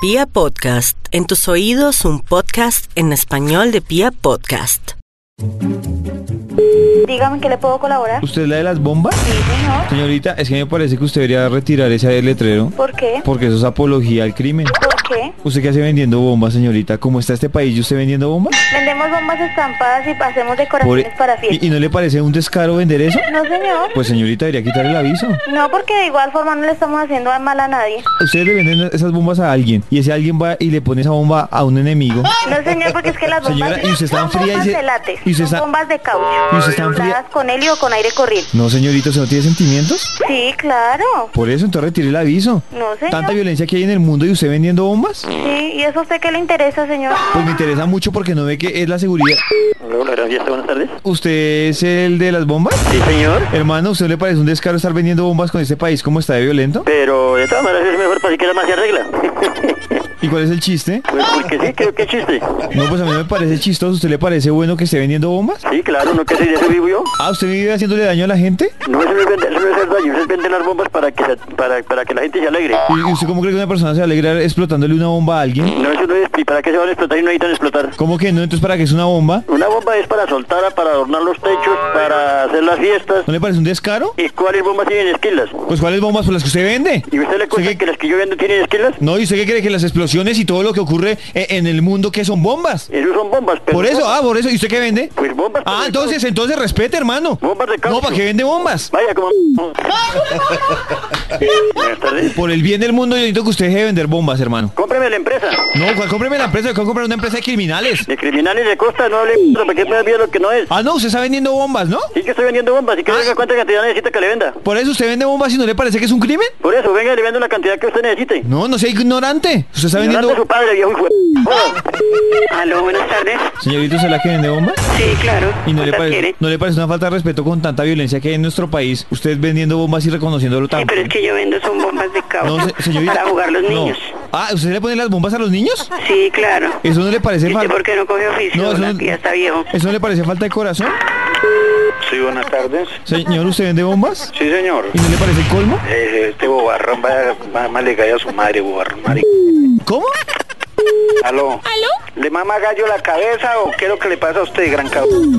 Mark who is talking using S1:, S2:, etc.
S1: Pia Podcast, en tus oídos un podcast en español de Pia Podcast.
S2: Dígame que le puedo colaborar.
S3: ¿Usted es la de las bombas?
S2: Sí, señor.
S3: Señorita, es que me parece que usted debería retirar ese letrero
S2: ¿Por qué?
S3: porque eso es apología al crimen.
S2: ¿Por qué?
S3: ¿Usted qué hace vendiendo bombas, señorita? ¿Cómo está este país y usted vendiendo bombas?
S2: Vendemos bombas estampadas y hacemos decoraciones
S3: Pobre-
S2: para
S3: ¿Y,
S2: fiestas.
S3: y no le parece un descaro vender eso?
S2: No, señor.
S3: Pues señorita, debería quitar el aviso.
S2: No, porque de igual forma no le estamos haciendo mal a nadie.
S3: Ustedes le venden esas bombas a alguien y ese alguien va y le pone esa bomba a un enemigo.
S2: No, señor, porque es que las bombas
S3: Señora, y usted está
S2: son
S3: fría y
S2: bombas
S3: se-
S2: de látex,
S3: y
S2: son
S3: usted está-
S2: bombas de caucho.
S3: y usted está fría-
S2: infladas con helio o con aire corriente.
S3: No, señorita, ¿usted no tiene sentimientos?
S2: Sí, claro.
S3: Por eso, entonces retire el aviso.
S2: No, señor.
S3: ¿Tanta violencia que hay en el mundo y usted vendiendo bombas?
S2: Sí, ¿y eso a usted qué le interesa, señor?
S3: Pues me interesa mucho porque no ve que es la seguridad.
S4: Hola, gracias, buenas tardes.
S3: ¿Usted es el de las bombas?
S4: Sí, señor.
S3: Hermano, ¿usted le parece un descaro estar vendiendo bombas con este país como está de violento?
S4: Pero de todas maneras es mejor para que la más se arregla.
S3: ¿Y cuál es el chiste?
S4: pues porque sí, creo que es chiste.
S3: No, pues a mí me parece chistoso. ¿Usted le parece bueno que esté vendiendo bombas?
S4: Sí, claro, no que sí, de eso vivo yo.
S3: Ah, ¿usted vive haciéndole daño a la gente?
S4: No se me vende, eso no es hacer daño, se venden las bombas para que, se- para, para que la gente se alegre.
S3: ¿Y y usted cómo cree que una persona se alegra explotándole una bomba a alguien?
S4: No, eso no es, ¿y para qué se van a explotar y no necesitan explotar?
S3: ¿Cómo que no? Entonces, ¿para qué es una bomba?
S4: Una bomba es para soltar, para adornar los techos, para hacer las fiestas.
S3: ¿No le parece un descaro?
S4: ¿Y cuáles bombas tienen esquilas?
S3: Pues ¿cuáles bombas por las que usted vende?
S4: ¿Y usted le cuenta
S3: Sí, que-
S4: que las que yo vendo tienen esquilas?
S3: No, ¿y usted qué cree que las explosiones y todo lo que ocurre e- en el mundo que son bombas?
S4: Eso son bombas, pero...
S3: Por eso, ah, por eso. ¿Y usted qué vende?
S4: Pues bombas... pero
S3: Ah,
S4: de-
S3: entonces, entonces respete, hermano.
S4: Bombas de caucho.
S3: No, ¿para qué vende bombas?
S4: Vaya, como... buenas tardes.
S3: Por el bien del mundo yo necesito que usted deje de vender bombas, hermano.
S4: Cómpreme la empresa.
S3: No, ¿cuál? cómpreme la empresa, ¿cuál comprar una empresa de criminales?
S4: De criminales de costa no hable mierda, porque me olvido lo que no es.
S3: Ah, no, usted está vendiendo bombas, ¿no?
S4: Sí que estoy vendiendo bombas, y que
S3: Ah.
S4: venga cuánta cantidad necesita que le venda.
S3: Por eso usted vende bombas y no le parece que es un crimen.
S4: Por eso, venga y le vendo la cantidad que usted necesite.
S3: No, no sea ignorante. Usted está
S4: Ignorante
S3: vendiendo...
S4: a su padre, viejo hijo de- Joda. Aló, buenas tardes.
S3: Señorito, ¿usted es la que vende bombas?
S4: Sí, claro.
S3: ¿Y no le,
S4: ¿Cuántas
S3: parece,
S4: quiere?
S3: no le parece una falta de respeto con tanta violencia que hay en nuestro país? Usted vendiendo bombas y reconociéndolo
S5: Sí,
S3: tanto.
S5: pero es que yo vendo son bombas de caucho
S3: No, se- señorita...
S5: para jugar los
S3: no.
S5: niños.
S3: Ah, ¿usted le pone las bombas a los niños?
S5: Sí, claro.
S3: ¿Eso no le parece
S5: ¿Y usted
S3: falta...?
S5: por qué no coge oficio?
S3: Eh, No, eso
S5: Hola,
S3: no-
S5: que ya está viejo.
S3: ¿Eso no le parece falta de corazón?
S6: Sí, buenas tardes.
S3: Señor, ¿usted vende bombas?
S6: Sí, señor.
S3: ¿Y no le parece el colmo?
S6: Eh, este bobarrón va, va- más le cae a su madre, bobarrón. marica.
S3: ¿Cómo?
S6: Aló. ¿Le mama gallo la cabeza o qué es lo que le pasa a usted, gran cabrón?